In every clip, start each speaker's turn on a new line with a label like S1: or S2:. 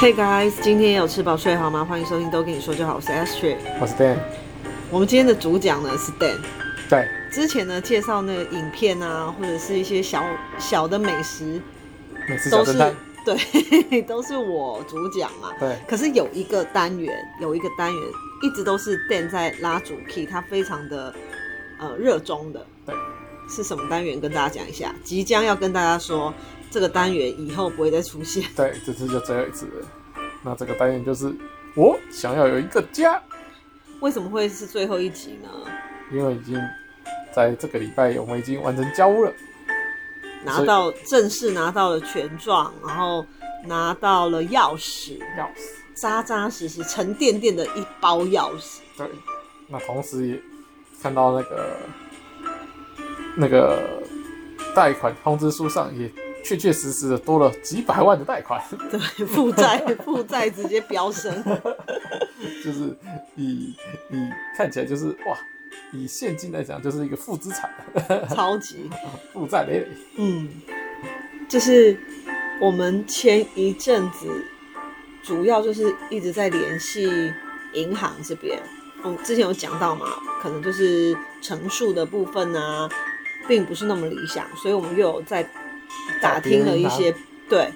S1: Hey guys，今天有吃饱睡好吗？欢迎收听都跟你说就好，我是 Astrid。
S2: 我是 Dan，
S1: 我们今天的主讲呢是 Dan。
S2: 对，
S1: 之前呢介绍那个影片啊，或者是一些小小的美食，
S2: 美食小
S1: 都
S2: 侦
S1: 是
S2: 探，
S1: 对， 都是我主讲嘛。
S2: 对
S1: 可是有一个单元，有一个单元一直都是 Dan 在拉主 key，他非常的呃热衷的。
S2: 对，
S1: 是什么单元？跟大家讲一下，即将要跟大家说，这个单元以后不会再出现。
S2: 对，这次就只有一次了。那这个单元就是我想要有一个家，
S1: 为什么会是最后一集呢？
S2: 因为已经在这个礼拜我们已经完成交屋了，
S1: 拿到正式拿到了权状，然后拿到了钥匙，
S2: 钥匙。
S1: 扎扎实实、沉甸甸的一包钥匙。
S2: 对，那同时也看到那个那个贷款通知书上也确确实实的多了几百万的贷款，
S1: 对，负债负债直接飙升。
S2: 就是以以看起来就是哇，以现金来讲就是一个负资产，
S1: 超级，
S2: 负债累累。
S1: 嗯，就是我们前一阵子主要就是一直在联系银行这边，我们之前有讲到嘛，可能就是乘数的部分啊，并不是那么理想，所以我们又有在打听了一些，对。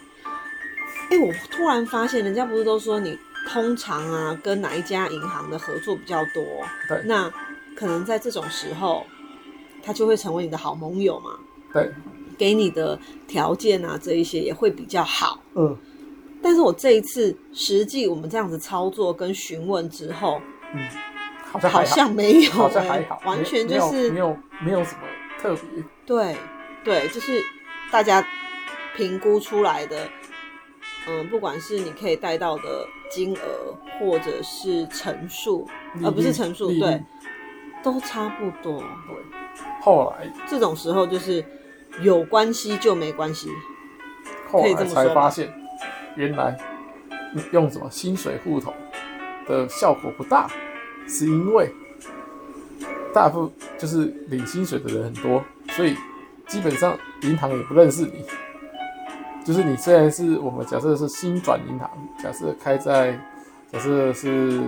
S1: 哎、我突然发现，人家不是都说你通常啊跟哪一家银行的合作比较多？
S2: 对
S1: 那可能在这种时候，他就会成为你的好盟友嘛。
S2: 对，
S1: 给你的条件啊，这一些也会比较好。
S2: 嗯。
S1: 但是我这一次实际我们这样子操作跟询问之后，
S2: 嗯，好像
S1: 好
S2: 还
S1: 像没有、欸，
S2: 好像还好，
S1: 完全
S2: 没
S1: 就
S2: 有没
S1: 是
S2: 有没有什么特别，
S1: 对对，就是大家评估出来的，嗯，不管是你可以贷到的金额，或者是乘数，
S2: 利率
S1: 呃，不是乘数，
S2: 利率
S1: 对，都差不多。
S2: 后来
S1: 这种时候就是有关系就没关系，
S2: 后
S1: 可以这
S2: 来
S1: 么说
S2: 才
S1: 吧
S2: 发现，原来用什么薪水户头的效果不大，是因为大部就是领薪水的人很多，所以基本上银行也不认识你。就是你虽然是我们假设是新转银行，假设开在假设是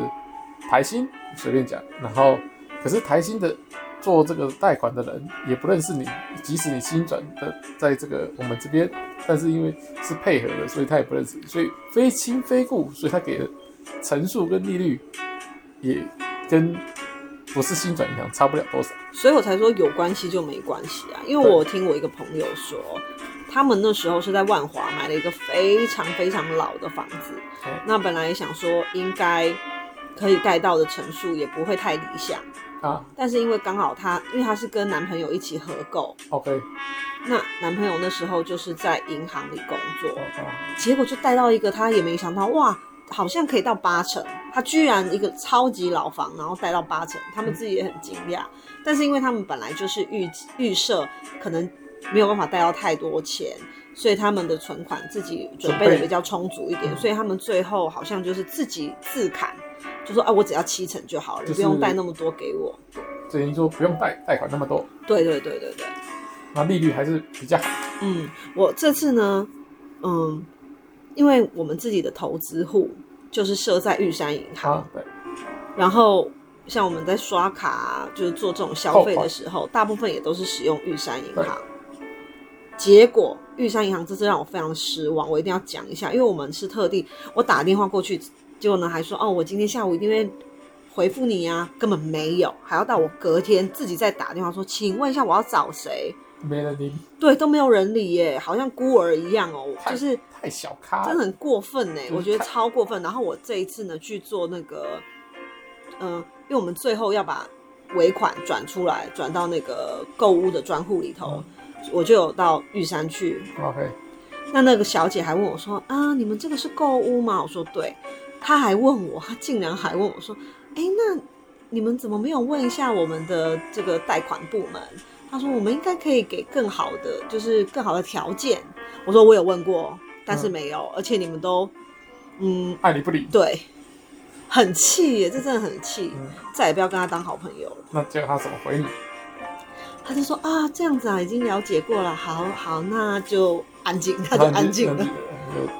S2: 台新，随便讲，然后可是台新的做这个贷款的人也不认识你，即使你新转的在这个我们这边，但是因为是配合的，所以他也不认识你，所以非亲非故，所以他给的乘数跟利率也跟不是新转银行差不了多少。
S1: 所以我才说有关系就没关系啊，因为
S2: 对
S1: 我听我一个朋友说，他们那时候是在万华买了一个非常非常老的房子
S2: 嗯，
S1: 那本来想说应该可以贷到的成数也不会太理想，
S2: 啊
S1: 但是因为刚好她，因为她是跟男朋友一起合购，
S2: ，OK，
S1: 那男朋友那时候就是在银行里工作
S2: 哦，哦，
S1: 结果就贷到一个她也没想到，哇，好像可以到八成。她居然一个超级老房，然后贷到八成，他们自己也很惊讶。但是因为他们本来就是预预设可能没有办法贷到太多钱，所以他们的存款自己准备的
S2: 准备
S1: 比较充足一点，
S2: 嗯
S1: 所以他们最后好像就是自己自砍，就说啊，我只要七成就好了，
S2: 就是
S1: 你不用贷那么多给我。
S2: 所以说不用贷贷款那么多，
S1: 对对对对对。
S2: 那利率还是比较好。
S1: 嗯，我这次呢，嗯，因为我们自己的投资户就是设在玉山银行，
S2: 啊，对，
S1: 然后像我们在刷卡啊、就是做这种消费的时候，大部分也都是使用玉山银行。结果玉山银行这次让我非常失望，我一定要讲一下，因为我们是特地我打电话过去，结果呢还说哦，我今天下午一定会回复你呀、根本没有，还要到我隔天自己再打电话说，请问一下我要找谁？
S2: 没人理你，
S1: 对，都没有人理耶，好像孤儿一样哦，
S2: 太
S1: 就是
S2: 太小咖
S1: 真的
S2: 了，
S1: 很过分呢，
S2: 就是
S1: 我觉得
S2: 太
S1: 超过分。然后我这一次呢去做那个，嗯、因为我们最后要把尾款转出来，转到那个购物的专户里头，
S2: 嗯
S1: 我就有到玉山去
S2: OK，
S1: 那那个小姐还问我说：“啊，你们这个是购物吗？”我说：“对。”她还问我，她竟然还问我说：“哎，那你们怎么没有问一下我们的这个贷款部门？”她说：“我们应该可以给更好的，就是更好的条件。”我说：“我有问过，但是没有，而且你们都，嗯，
S2: 爱理不理。
S1: 对，很气耶，这真的很气，
S2: 嗯，
S1: 再也不要跟她当好朋友了。”
S2: 那叫他怎么回你？
S1: 她就说：“啊，这样子啊，已经了解过了，好好，那就安静。”她就
S2: 然后
S1: 安
S2: 你
S1: 静
S2: 你
S1: 了。
S2: 你就哦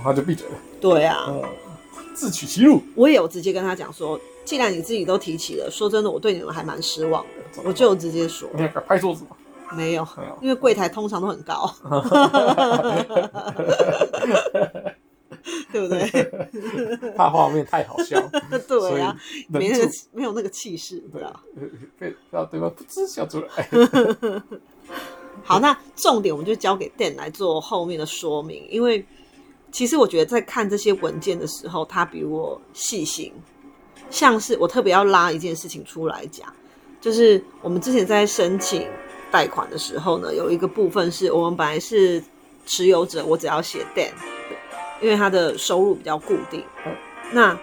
S2: 他就闭嘴了，
S1: 对啊，
S2: 嗯，自取其辱。
S1: 我也有直接跟他讲说，既然你自己都提起了，说真的，我对你们还蛮失望的，我就有直接说
S2: 你看，拍桌子 嘛，
S1: 没有，
S2: 嗯没有，
S1: 因为柜台通常都很 高， 对不 对？
S2: 怕画面太好笑，所
S1: 对
S2: 以
S1: 啊，没
S2: 忍
S1: 那个
S2: 住，
S1: 气没有那个气势，你知
S2: 对
S1: 道。
S2: 被让对方噗嗤笑出 来。
S1: 好，那重点我们就交给 Dan 来做后面的说明，因为其实我觉得在看这些文件的时候，他比我细心。像是我特别要拉一件事情出来讲，就是我们之前在申请贷款的时候呢，有一个部分是我们本来是持有者，我只要写 Dan，因为他的收入比较固定
S2: 嗯。
S1: 那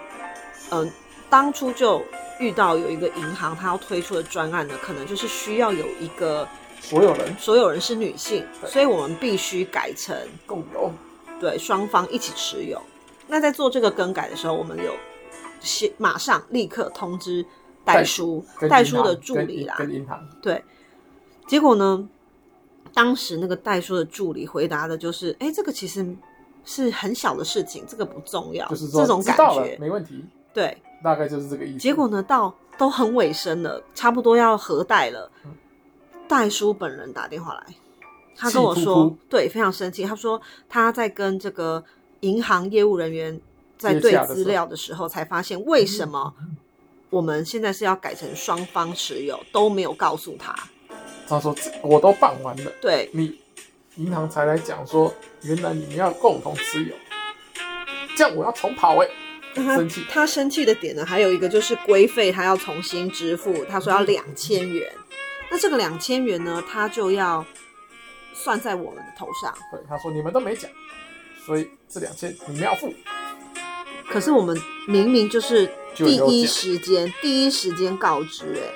S1: 嗯、呃当初就遇到有一个银行，它要推出的专案呢，可能就是需要有一个
S2: 所有人
S1: 所有人是女性，
S2: 对
S1: 所以我们必须改成
S2: 共有，
S1: 对双方一起持有。那在做这个更改的时候，我们有先马上立刻通知代书、
S2: 跟
S1: 代
S2: 银
S1: 书
S2: 行
S1: 的助
S2: 跟
S1: 理
S2: 银
S1: 啦。
S2: 跟银行，
S1: 对，结果呢，当时那个代书的助理回答的就是：“哎，这个其实是很小的事情，这个不重要。”
S2: 就是说
S1: 这种
S2: 知
S1: 感
S2: 道了，
S1: 觉。
S2: 没问题，
S1: 对，
S2: 大概就是这个意思。
S1: 结果呢，到都很尾声了，差不多要核贷了，代叔本人打电话来，他跟我
S2: 气
S1: 说，
S2: 呼呼
S1: 对，非常生气，他说他在跟这个银行业务人员在
S2: 接
S1: 对
S2: 洽的时候
S1: 资料的时候，才发现为什么
S2: 嗯
S1: 我们现在是要改成双方持有，都没有告诉他。
S2: 他说这我都办完了，
S1: 对
S2: 你银行才来讲说，原来你们要共同持有，这样我要重跑哎、
S1: 他
S2: 生气，
S1: 他生气的点呢，还有一个就是规费他要重新支付，他
S2: 嗯
S1: 说要两千元，那这个两千元呢，他就要算在我们的头上。
S2: 对，他说你们都没讲，所以这两千你们要付，
S1: 可是我们明明就是
S2: 就
S1: 第
S2: 有
S1: 一
S2: 讲
S1: 时间第一时间告知、哎，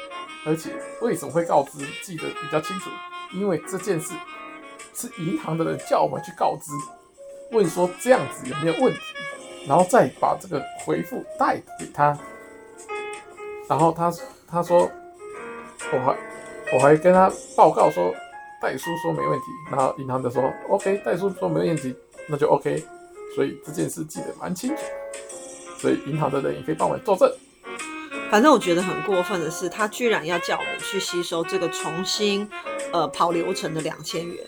S2: 而且为什么会告知记得比较清楚，因为这件事是银行的人叫我们去告知，问说这样子有没有问题，然后再把这个回复带给他，然后他他说我还我还跟他报告说代叔说没问题，然后银行的说 OK，代叔说没问题，那就 OK，所以这件事记得蛮清楚，所以银行的人也可以帮我们作证。
S1: 反正我觉得很过分的是，他居然要叫我们去吸收这个重新呃跑流程的两千元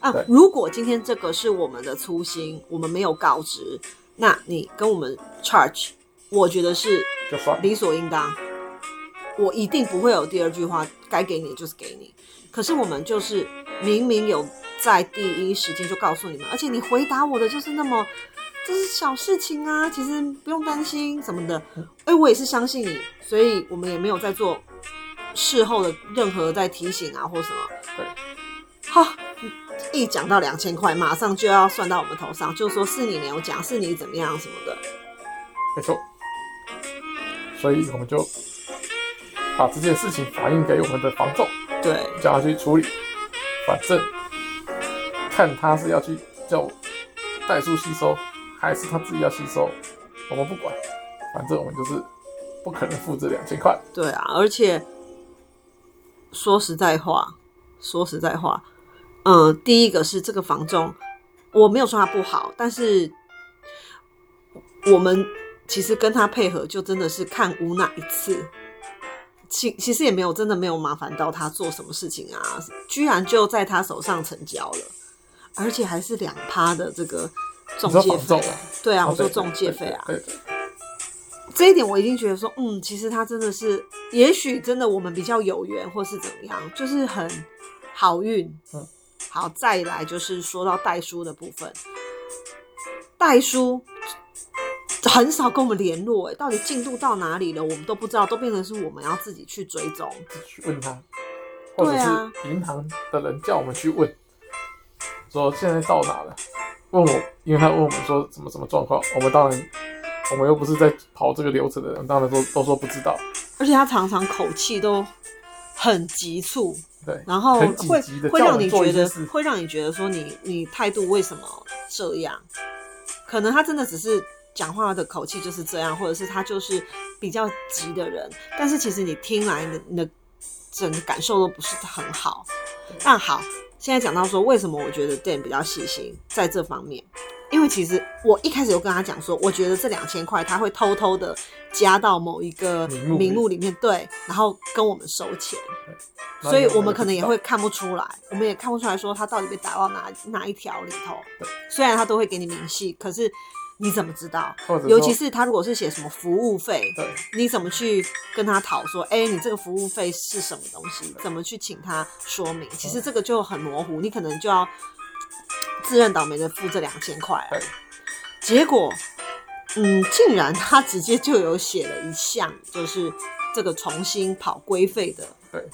S1: 啊
S2: 对！
S1: 如果今天这个是我们的粗心，我们没有告知，那你跟我们 charge，我觉得是
S2: 就算了
S1: 理所应当。我一定不会有第二句话，该给你就是给你。可是我们就是明明有在第一时间就告诉你们，而且你回答我的就是那么，这是小事情啊，其实不用担心什么的。哎、我也是相信你，所以我们也没有在做事后的任何在提醒啊或什么。对，好、一讲到两千块，马上就要算到我们头上，就说是你没有讲，是你怎么样什么的。
S2: 没错，所以我们就把这件事情反映给我们的房仲，
S1: 对，
S2: 叫他去处理。反正看他是要去叫代数吸收，还是他自己要吸收，我们不管。反正我们就是不可能付这两千块。
S1: 对啊，而且说实在话，说实在话，嗯、第一个是这个房仲，我没有说他不好，但是我们其实跟他配合，就真的是看无那一次。其其实也没有真的没有麻烦到他做什么事情啊，居然就在他手上成交了，而且还是两趴的这个中
S2: 你说
S1: 介
S2: 房
S1: 费
S2: 仲
S1: 啊
S2: 啊，
S1: 对啊，我说
S2: 对
S1: 中介费啊，
S2: 对对对对
S1: 这一点我已经觉得说，嗯，其实他真的是，也许真的我们比较有缘，或是怎么样，就是很好运。
S2: 嗯，
S1: 好，再来就是说到代书的部分，代书很少跟我们联络，哎，到底进度到哪里了，我们都不知道，都变成是我们要自己去追踪。
S2: 自己去问他，或者
S1: 对啊
S2: 是银行的人叫我们去问，说现在到哪了？问我，因为他问我们说什么什么状况，我们当然，我们又不是在跑这个流程的人，当然说都说不知道，
S1: 而且他常常口气都很急促，
S2: 对，
S1: 然后
S2: 很紧
S1: 会
S2: 急的
S1: 会
S2: 叫我
S1: 让
S2: 们
S1: 你
S2: 做一
S1: 觉
S2: 些
S1: 得
S2: 事，
S1: 会让你觉得说你你态度为什么这样？可能他真的只是讲话的口气就是这样，或者是他就是比较急的人，但是其实你听来你的你的整个感受都不是很好。那好，现在讲到说为什么我觉得 Dan 比较细心在这方面，因为其实我一开始有跟他讲说，我觉得这两千块他会偷偷的加到某一个
S2: 名目里
S1: 名目里面，对，然后跟我们收钱，
S2: 那
S1: 所以
S2: 你
S1: 我们可能也
S2: 不知道
S1: 会看不出来，我们也看不出来说他到底被打到哪哪一条里头
S2: 对。
S1: 虽然他都会给你明细，可是你怎么知道？
S2: 或者说
S1: 尤其是他如果是写什么服务费，
S2: 对
S1: 你怎么去跟他讨说，哎、你这个服务费是什么东西？怎么去请他说明？其
S2: 哦
S1: 实这个就很模糊，你可能就要自认倒霉的付这两千块了
S2: 对。
S1: 结果，嗯，竟然他直接就有写了一项，就是这个重新跑规费的，
S2: 对，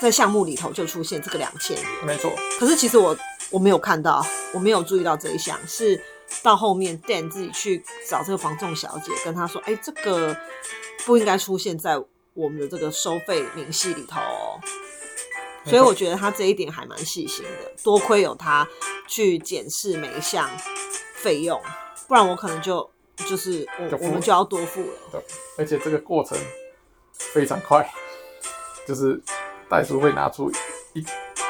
S1: 在项目里头就出现这个两千元。
S2: 没错，
S1: 可是其实我我没有看到，我没有注意到这一项，是到后面 Dan 自己去找这个房仲小姐，跟她说，哎、这个不应该出现在我们的这个收费明细里头哦。
S2: 没错
S1: 所以我觉得他这一点还蛮细心的，多亏有他去检视每一项费用，不然我可能就就是
S2: 就
S1: 我
S2: 付了
S1: 我们就要多付了。
S2: 对，而且这个过程非常快，就是袋鼠会拿出一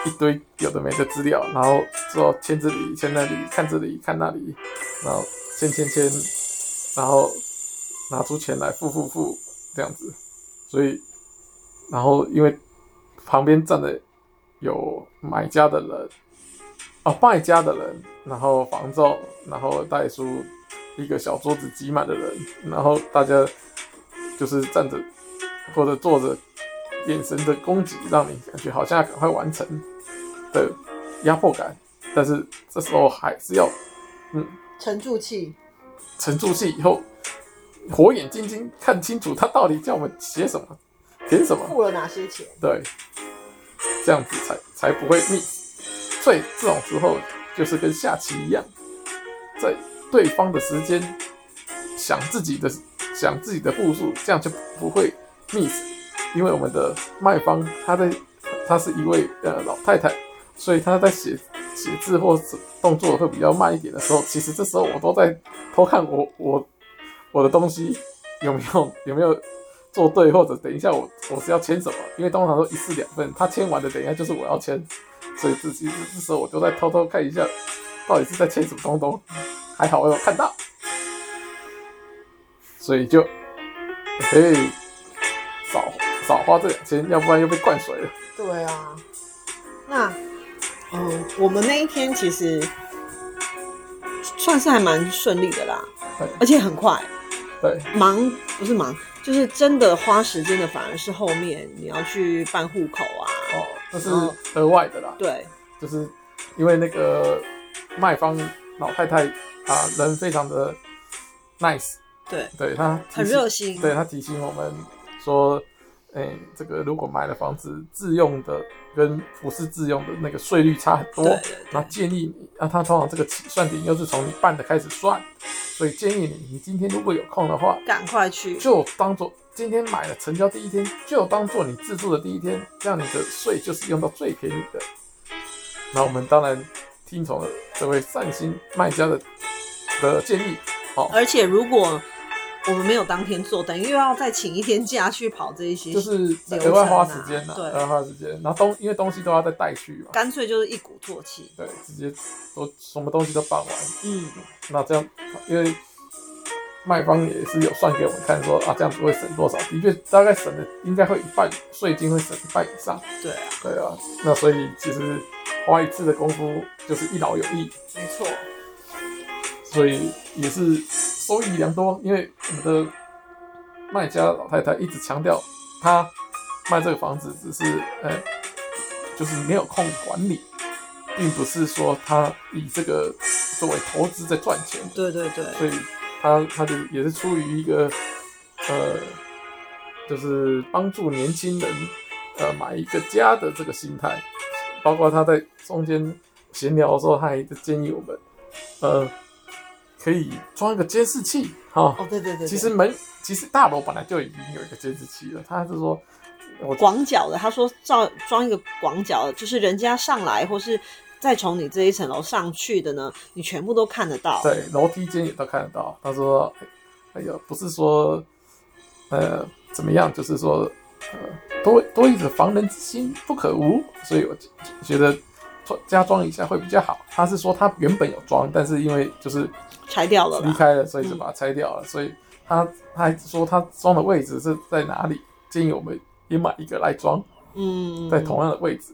S2: 一堆有的没的资料，然后说签这里、签那里、看这里、看那里，然后签签签，然后拿出钱来付付付这样子，所以然后因为旁边站的有买家的人，哦，卖家的人，然后房仲，然后袋鼠，一个小桌子挤满的人，然后大家就是站着或者坐着，眼神的攻击让你感觉好像要赶快完成的压迫感，但是这时候还是要
S1: 沉住气，
S2: 沉住气，以后火眼金睛看清楚他到底叫我们写什么，填什么。
S1: 付了哪些钱？
S2: 对，这样子才才不会 miss。所以这种时候就是跟下棋一样，在对方的时间想自己的想自己的步数，这样就不会 miss。因为我们的卖方他在他是一位呃老太太，所以她在写写字或是动作会比较慢一点的时候，其实这时候我都在偷看我我我的东西有没有有没有做对，或者等一下我我是要签什么，因为通常都一式两份，他签完的等一下就是我要签，所以这其实这时候我就在偷偷看一下，到底是在签什么东东，还好我有看到，所以就嘿少少花这两千，要不然又被灌水了。
S1: 对啊，那嗯，我们那一天其实算是还蛮顺利的啦，
S2: 对
S1: 而且很快，
S2: 对
S1: 忙不是忙，就是真的花时间的反而是后面你要去办户口啊，
S2: 哦，这是
S1: 哦
S2: 额外的啦，
S1: 对
S2: 就是因为那个卖方老太太啊，人非常的 nice，
S1: 对，
S2: 对她提
S1: 很
S2: 醒
S1: 热心，
S2: 对他提醒我们说，哎、这个如果买了房子，自用的跟不是自用的那个税率差很
S1: 对
S2: 多
S1: 对。对
S2: 那建议你，那、他通常这个起算点又是从你办的开始算，所以建议你，你今天如果有空的话，
S1: 赶快去，
S2: 就当做今天买了成交第一天，就当做你自住的第一天，这样你的税就是用到最便宜的。那我们当然听从了这位善心卖家的的建议，好、
S1: 而且如果我们没有当天做，等于又要再请一天假去跑这一些，
S2: 就是额外花时间
S1: 流程啊对
S2: 额外花时间。然后东因为东西都要再带去嘛，
S1: 干脆就是一鼓作气，
S2: 对，直接都什么东西都办完。
S1: 嗯，
S2: 那这样，因为卖方也是有算给我们看说啊，这样子会省多少？的确，大概省的应该会一半，税金会省一半以上。
S1: 对啊，
S2: 对啊，那所以其实花一次的功夫就是一劳永逸，
S1: 没错，
S2: 所以也是收益良多。因为我们的卖家老太太一直强调，她卖这个房子只是呃，就是没有空管理，并不是说她以这个作为投资在赚钱，
S1: 对对对，
S2: 所以她她就也是出于一个呃，就是帮助年轻人呃买一个家的这个心态，包括她在中间闲聊的时候，她还建议我们呃可以装一个监视器哈。
S1: 哦对对对对，
S2: 其实门，其实大楼本来就已经有一个监视器了。他是说，我
S1: 广角的，他说造装一个广角的，就是人家上来或是再从你这一层楼上去的呢，你全部都看得到。
S2: 对楼梯间也都看得到。他说，哎呦，不是说，呃，怎么样，就是说，呃，多多一点防人之心不可无。所以我就就觉得装加装一下会比较好。他是说他原本有装，但是因为就是
S1: 拆掉了
S2: 离
S1: 啦。
S2: 开了，所以就把它拆掉了。所以他他还说他装的位置是在哪里，建议我们也买一个来装，
S1: 嗯，
S2: 在同样的位置。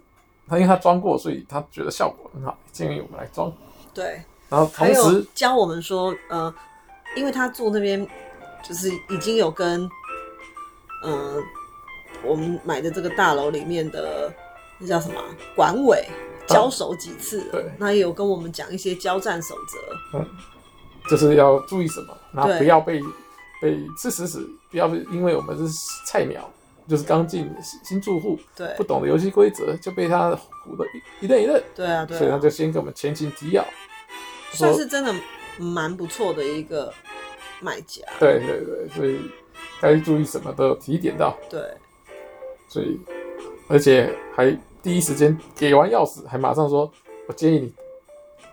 S2: 他因为他装过，所以他觉得效果很好，建议我们来装。
S1: 对，
S2: 然后同
S1: 还有
S2: 时
S1: 教我们说，呃，因为他住那边就是已经有跟，呃，我们买的这个大楼里面的那叫什么啊管委交手几次了，
S2: 对
S1: 那也有跟我们讲一些交战守则，
S2: 就是要注意什么，然后
S1: 对
S2: 不要被被吃屎屎，不要被因为我们是菜鸟，就是刚进新新住户，
S1: 对
S2: 不，懂得游戏规则就被他唬得一一愣一愣，
S1: 对啊，
S2: 所以
S1: 对
S2: 他
S1: 啊，
S2: 就先给我们前情提要，
S1: 算
S2: 说
S1: 是真的蛮不错的一个卖家，
S2: 对对对，所以该注意什么都有提点到，
S1: 对，
S2: 所以而且还第一时间给完钥匙，还马上说，我建议你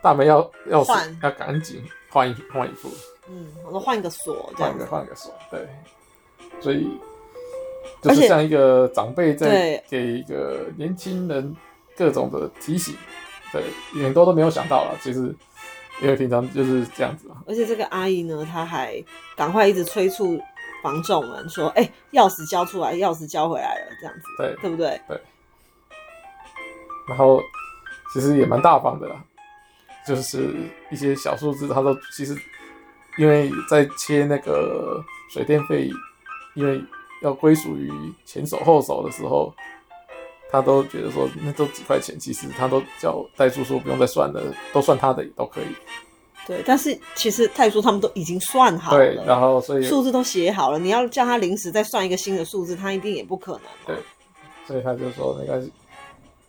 S2: 大门要钥匙
S1: 换
S2: 要赶紧换一换一副，
S1: 嗯，我说换一个锁这
S2: 换
S1: 样
S2: 个
S1: 子，
S2: 换个手，对，所以就
S1: 而且
S2: 是像一个长辈在
S1: 对
S2: 给一个年轻人各种的提醒，对，很多都没有想到啦，其实因为平常就是这样子嘛，
S1: 而且这个阿姨呢，她还赶快一直催促房仲们说：“哎、钥匙交出来，钥匙交回来了，这样子，
S2: 对，
S1: 对不对
S2: 然后其实也蛮大方的啦，就是一些小数字，他都其实因为在切那个水电费，因为要归属于前手后手的时候，他都觉得说那都几块钱，其实他都叫代叔说不用再算了，都算他的也都可以。？”
S1: 对，但是其实太叔他们都已经算好
S2: 对，然
S1: 了，
S2: 后所以
S1: 数字都写好了，你要叫他临时再算一个新的数字，他一定也不可能嘛。
S2: 对所以他就说没关系，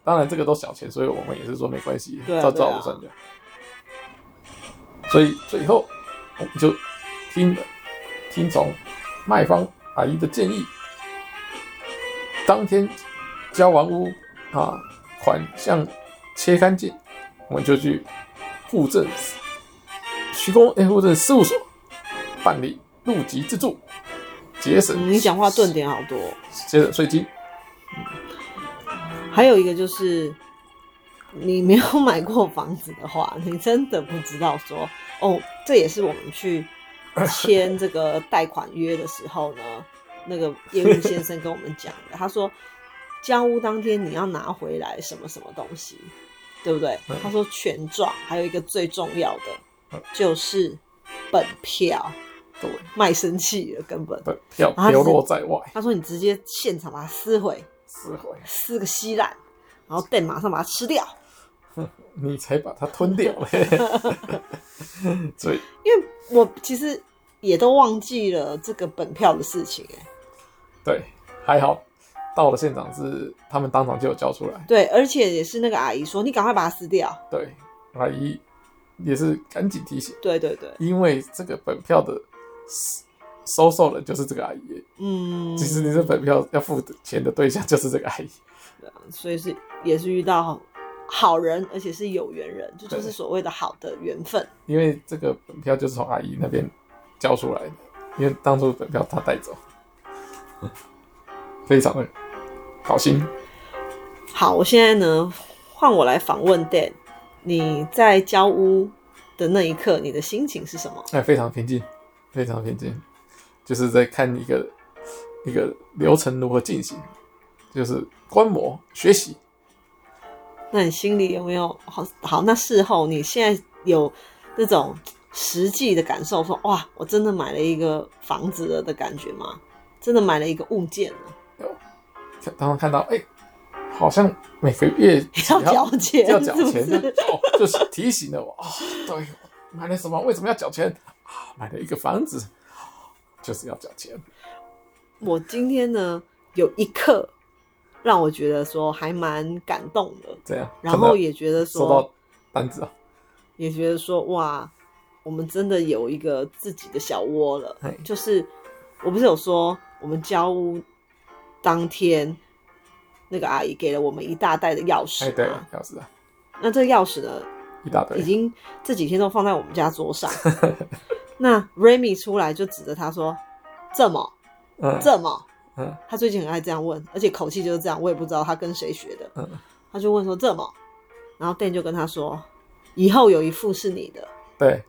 S2: 当然这个都小钱，所以我们也是说没关系，
S1: 对啊
S2: 照
S1: 对
S2: 照
S1: 啊
S2: 我算就好。所以最后我们就听了听从卖方阿姨的建议，当天交完屋啊，款项切干净，我们就去户政徐公哎户政事务所办理入籍自住，节省
S1: 嗯，你讲话顿点好多。
S2: 节省税金。
S1: 还有一个就是，你没有买过房子的话，你真的不知道说哦，这也是我们去签这个贷款约的时候呢，那个业务先生跟我们讲的，他说交屋当天你要拿回来什么什么东西，对不对
S2: 嗯？
S1: 他说权状，还有一个最重要的
S2: 嗯
S1: 就是本票，
S2: 对，
S1: 卖身契了根本。
S2: 对，票
S1: 啊
S2: 流落在外，
S1: 他说你直接现场把它撕毁，
S2: 撕毁，
S1: 撕个稀烂，然后邓马上把它吃掉。
S2: 你才把它吞掉 了。所以
S1: 因为我其实也都忘记了这个本票的事情、哎，
S2: 对，还好到了现场是他们当场就有交出来。
S1: 对，而且也是那个阿姨说你赶快把它撕掉，
S2: 对，阿姨也是赶紧提醒，
S1: 对对对，
S2: 因为这个本票的收收受人就是这个阿姨，
S1: 嗯
S2: 其，实你这本票要付钱的对象就是这个阿姨。
S1: 所以是也是遇到好人，而且是有缘人，这
S2: 对
S1: 就是所谓的好的缘分，
S2: 因为这个本票就是从阿姨那边交出来的，因为当初本票她带走，非常的好心。
S1: 好，我现在呢，换我来访问 Dan，你在交屋的那一刻，你的心情是什么？
S2: 哎，非常平静，非常平静，就是在看一个一个流程如何进行，就是观摩学习。
S1: 那你心里有没有好好？那事后你现在有那种实际的感受说哇，我真的买了一个房子了的感觉吗？真的买了一个物件了，
S2: 当然看到，哎，好像每个月
S1: 要交钱，
S2: 要缴
S1: 是
S2: 钱
S1: 不？
S2: 就是哦，就是提醒了我啊、对，我买了什么？为什么要缴钱啊？买了一个房子，就是要缴钱。
S1: 我今天呢有一刻让我觉得说还蛮感动的，
S2: 这样，
S1: 然后
S2: 看
S1: 也觉得
S2: 到收
S1: 说
S2: 到单子啊，
S1: 也觉得说哇，我们真的有一个自己的小窝了
S2: 嘿。
S1: 就是我不是有说我们交屋当天，那个阿姨给了我们一大袋的钥匙
S2: 哎，
S1: 嘛。
S2: 对，钥匙啊，
S1: 那这个钥匙呢，
S2: 一大
S1: 已
S2: 堆，
S1: 经这几天都放在我们家桌上。那 Remy 出来就指着他说：“这么
S2: 嗯
S1: 这么。”
S2: 嗯
S1: 他最近很爱这样问，而且口气就是这样，我也不知道他跟谁学的。
S2: 嗯，
S1: 他就问说：“这么？”然后店就跟他说，以后有一副是你的。
S2: 对，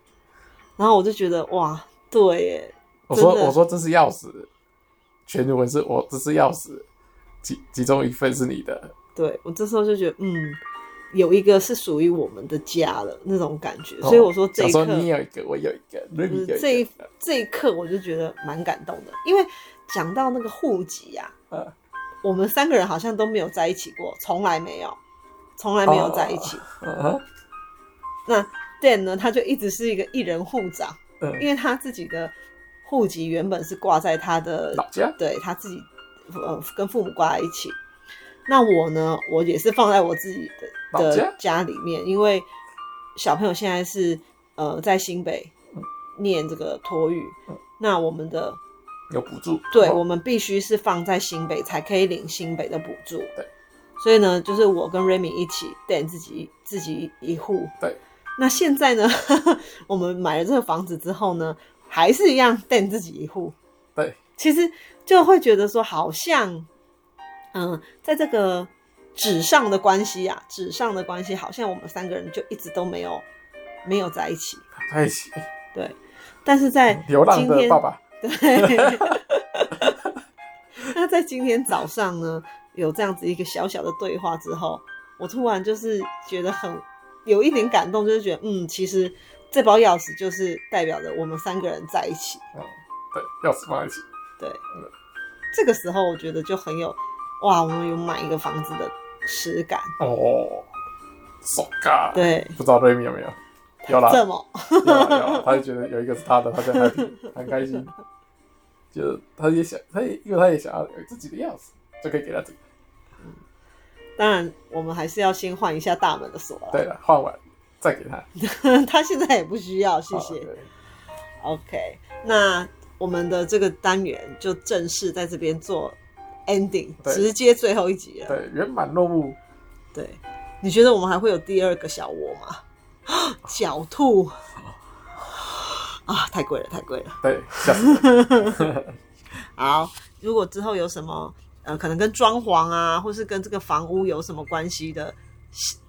S1: 然后我就觉得哇，对耶，
S2: 我说
S1: 真的
S2: 我说这是钥匙，全文是我这是钥匙，其其中一份是你的，
S1: 对我这时候就觉得嗯，有一个是属于我们的家了那种感觉。
S2: 哦
S1: 所以我说这
S2: 假
S1: 一
S2: 如
S1: 刻，
S2: 说你有一个，我有一个，啊那你有
S1: 嗯
S2: 一
S1: 这一
S2: 个，
S1: 这一刻我就觉得蛮感动的，因为讲到那个户籍呀、
S2: 嗯
S1: 我们三个人好像都没有在一起过，从来没有，从来没有在一起。
S2: 嗯哼
S1: 那 Dan 呢，他就一直是一个一人户长，因
S2: 嗯，
S1: 为他自己的户籍原本是挂在他的
S2: 老家
S1: 对他自己呃跟父母挂在一起。那我呢，我也是放在我自己的
S2: 老
S1: 的
S2: 家
S1: 家里面，因为小朋友现在是呃在新北念这个托育，
S2: 嗯
S1: 那我们的
S2: 有补助，
S1: 对
S2: 哦
S1: 我们必须是放在新北才可以领新北的补助。
S2: 对，
S1: 所以呢，就是我跟 Remy 一起 Dan 自己自己一户。
S2: 对，
S1: 那现在呢， 我们买了这个房子之后呢，还是一样 Dan 自己一户。
S2: 对，
S1: 其实就会觉得说，好像，嗯、在这个纸上的关系啊，纸上的关系，好像我们三个人就一直都没有没有在一起。
S2: 在一起，
S1: 对，但是在
S2: 嗯流浪
S1: 今
S2: 的
S1: 天
S2: 爸爸，
S1: 对。那 在今天早上呢，有这样子一个小小的对话之后，我突然就是觉得很有一点感动，就是觉得嗯，其实这包钥匙就是代表着我们三个人在一起。
S2: 嗯，对，钥匙放在一起，
S1: 对，这个时候我觉得就很有哇，我们有买一个房子的实感。
S2: 哦，手嘎，
S1: 对，
S2: 不知道瑞米有没有，有啦，
S1: 这么
S2: 有啊有啊，他就觉得有一个是他的，他 就 happy 很开心，就他也想，他也因为他也想要有自己的钥匙，就可以给他这个。
S1: 当然，我们还是要先换一下大门的锁了。
S2: 对了，换完再给他，
S1: 他现在也不需要，谢
S2: 好
S1: 谢。
S2: 啊对
S1: OK，那我们的这个单元就正式在这边做 ending，
S2: 对
S1: 直接最后一集了。
S2: 对，圆满落幕，
S1: 对，你觉得我们还会有第二个小窝吗？ 狡兔啊，太贵了，太贵了。
S2: 对，吓死人，
S1: 好，如果之后有什么呃，可能跟装潢啊，或是跟这个房屋有什么关系的，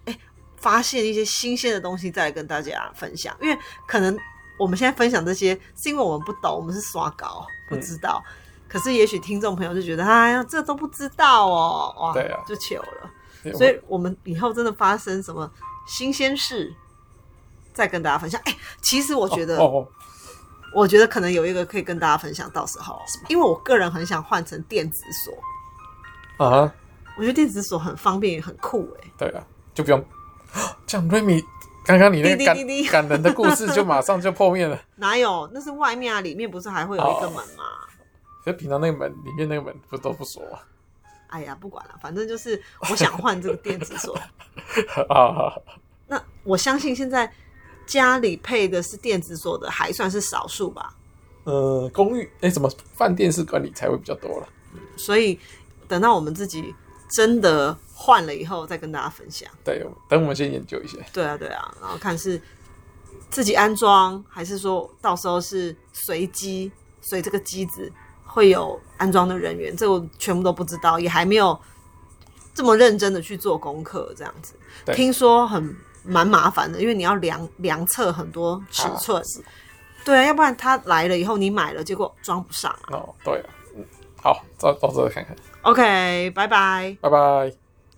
S1: 哎、发现一些新鲜的东西，再来跟大家分享。因为可能我们现在分享这些，是因为我们不懂，我们是刷稿，
S2: 嗯
S1: 不知道。可是也许听众朋友就觉得，哎呀，这都不知道哦，哇，
S2: 对啊
S1: 就糗了。
S2: 对
S1: 所以我们以后真的发生什么新鲜事，再跟大家分享。哎、其实我觉得、
S2: 哦哦，
S1: 我觉得可能有一个可以跟大家分享，到时候，因为我个人很想换成电子锁，
S2: 哦啊哈，
S1: 我觉得电子锁很方便，也很酷哎、
S2: 对啊，就不用，像瑞米刚刚你
S1: 滴
S2: 那
S1: 滴
S2: 个感
S1: 滴滴
S2: 感人的故事就马上就破灭了，
S1: 哪有？那是外面啊，里面不是还会有一个门吗？
S2: 可是平常那个门里面那个门不都不锁啊？
S1: 哎呀，不管了，反正就是我想换这个电子锁。
S2: 啊，
S1: 那我相信现在家里配的是电子锁的还算是少数吧，
S2: 呃，公寓哎，怎么饭店式管理才会比较多了？
S1: 所以等到我们自己真的换了以后，再跟大家分享。
S2: 对，等我们先研究一下。
S1: 对啊，对啊，然后看是自己安装，还是说到时候是随机，随这个机子会有安装的人员，这我全部都不知道，也还没有这么认真的去做功课，这样子。
S2: 对
S1: 听说很蛮麻烦的，因为你要量量测很多尺寸，
S2: 啊是
S1: 对啊，要不然他来了以后你买了，结果装不上啊。
S2: 哦，对啊，嗯，好，到到这看看，
S1: OK，拜拜。
S2: 拜拜。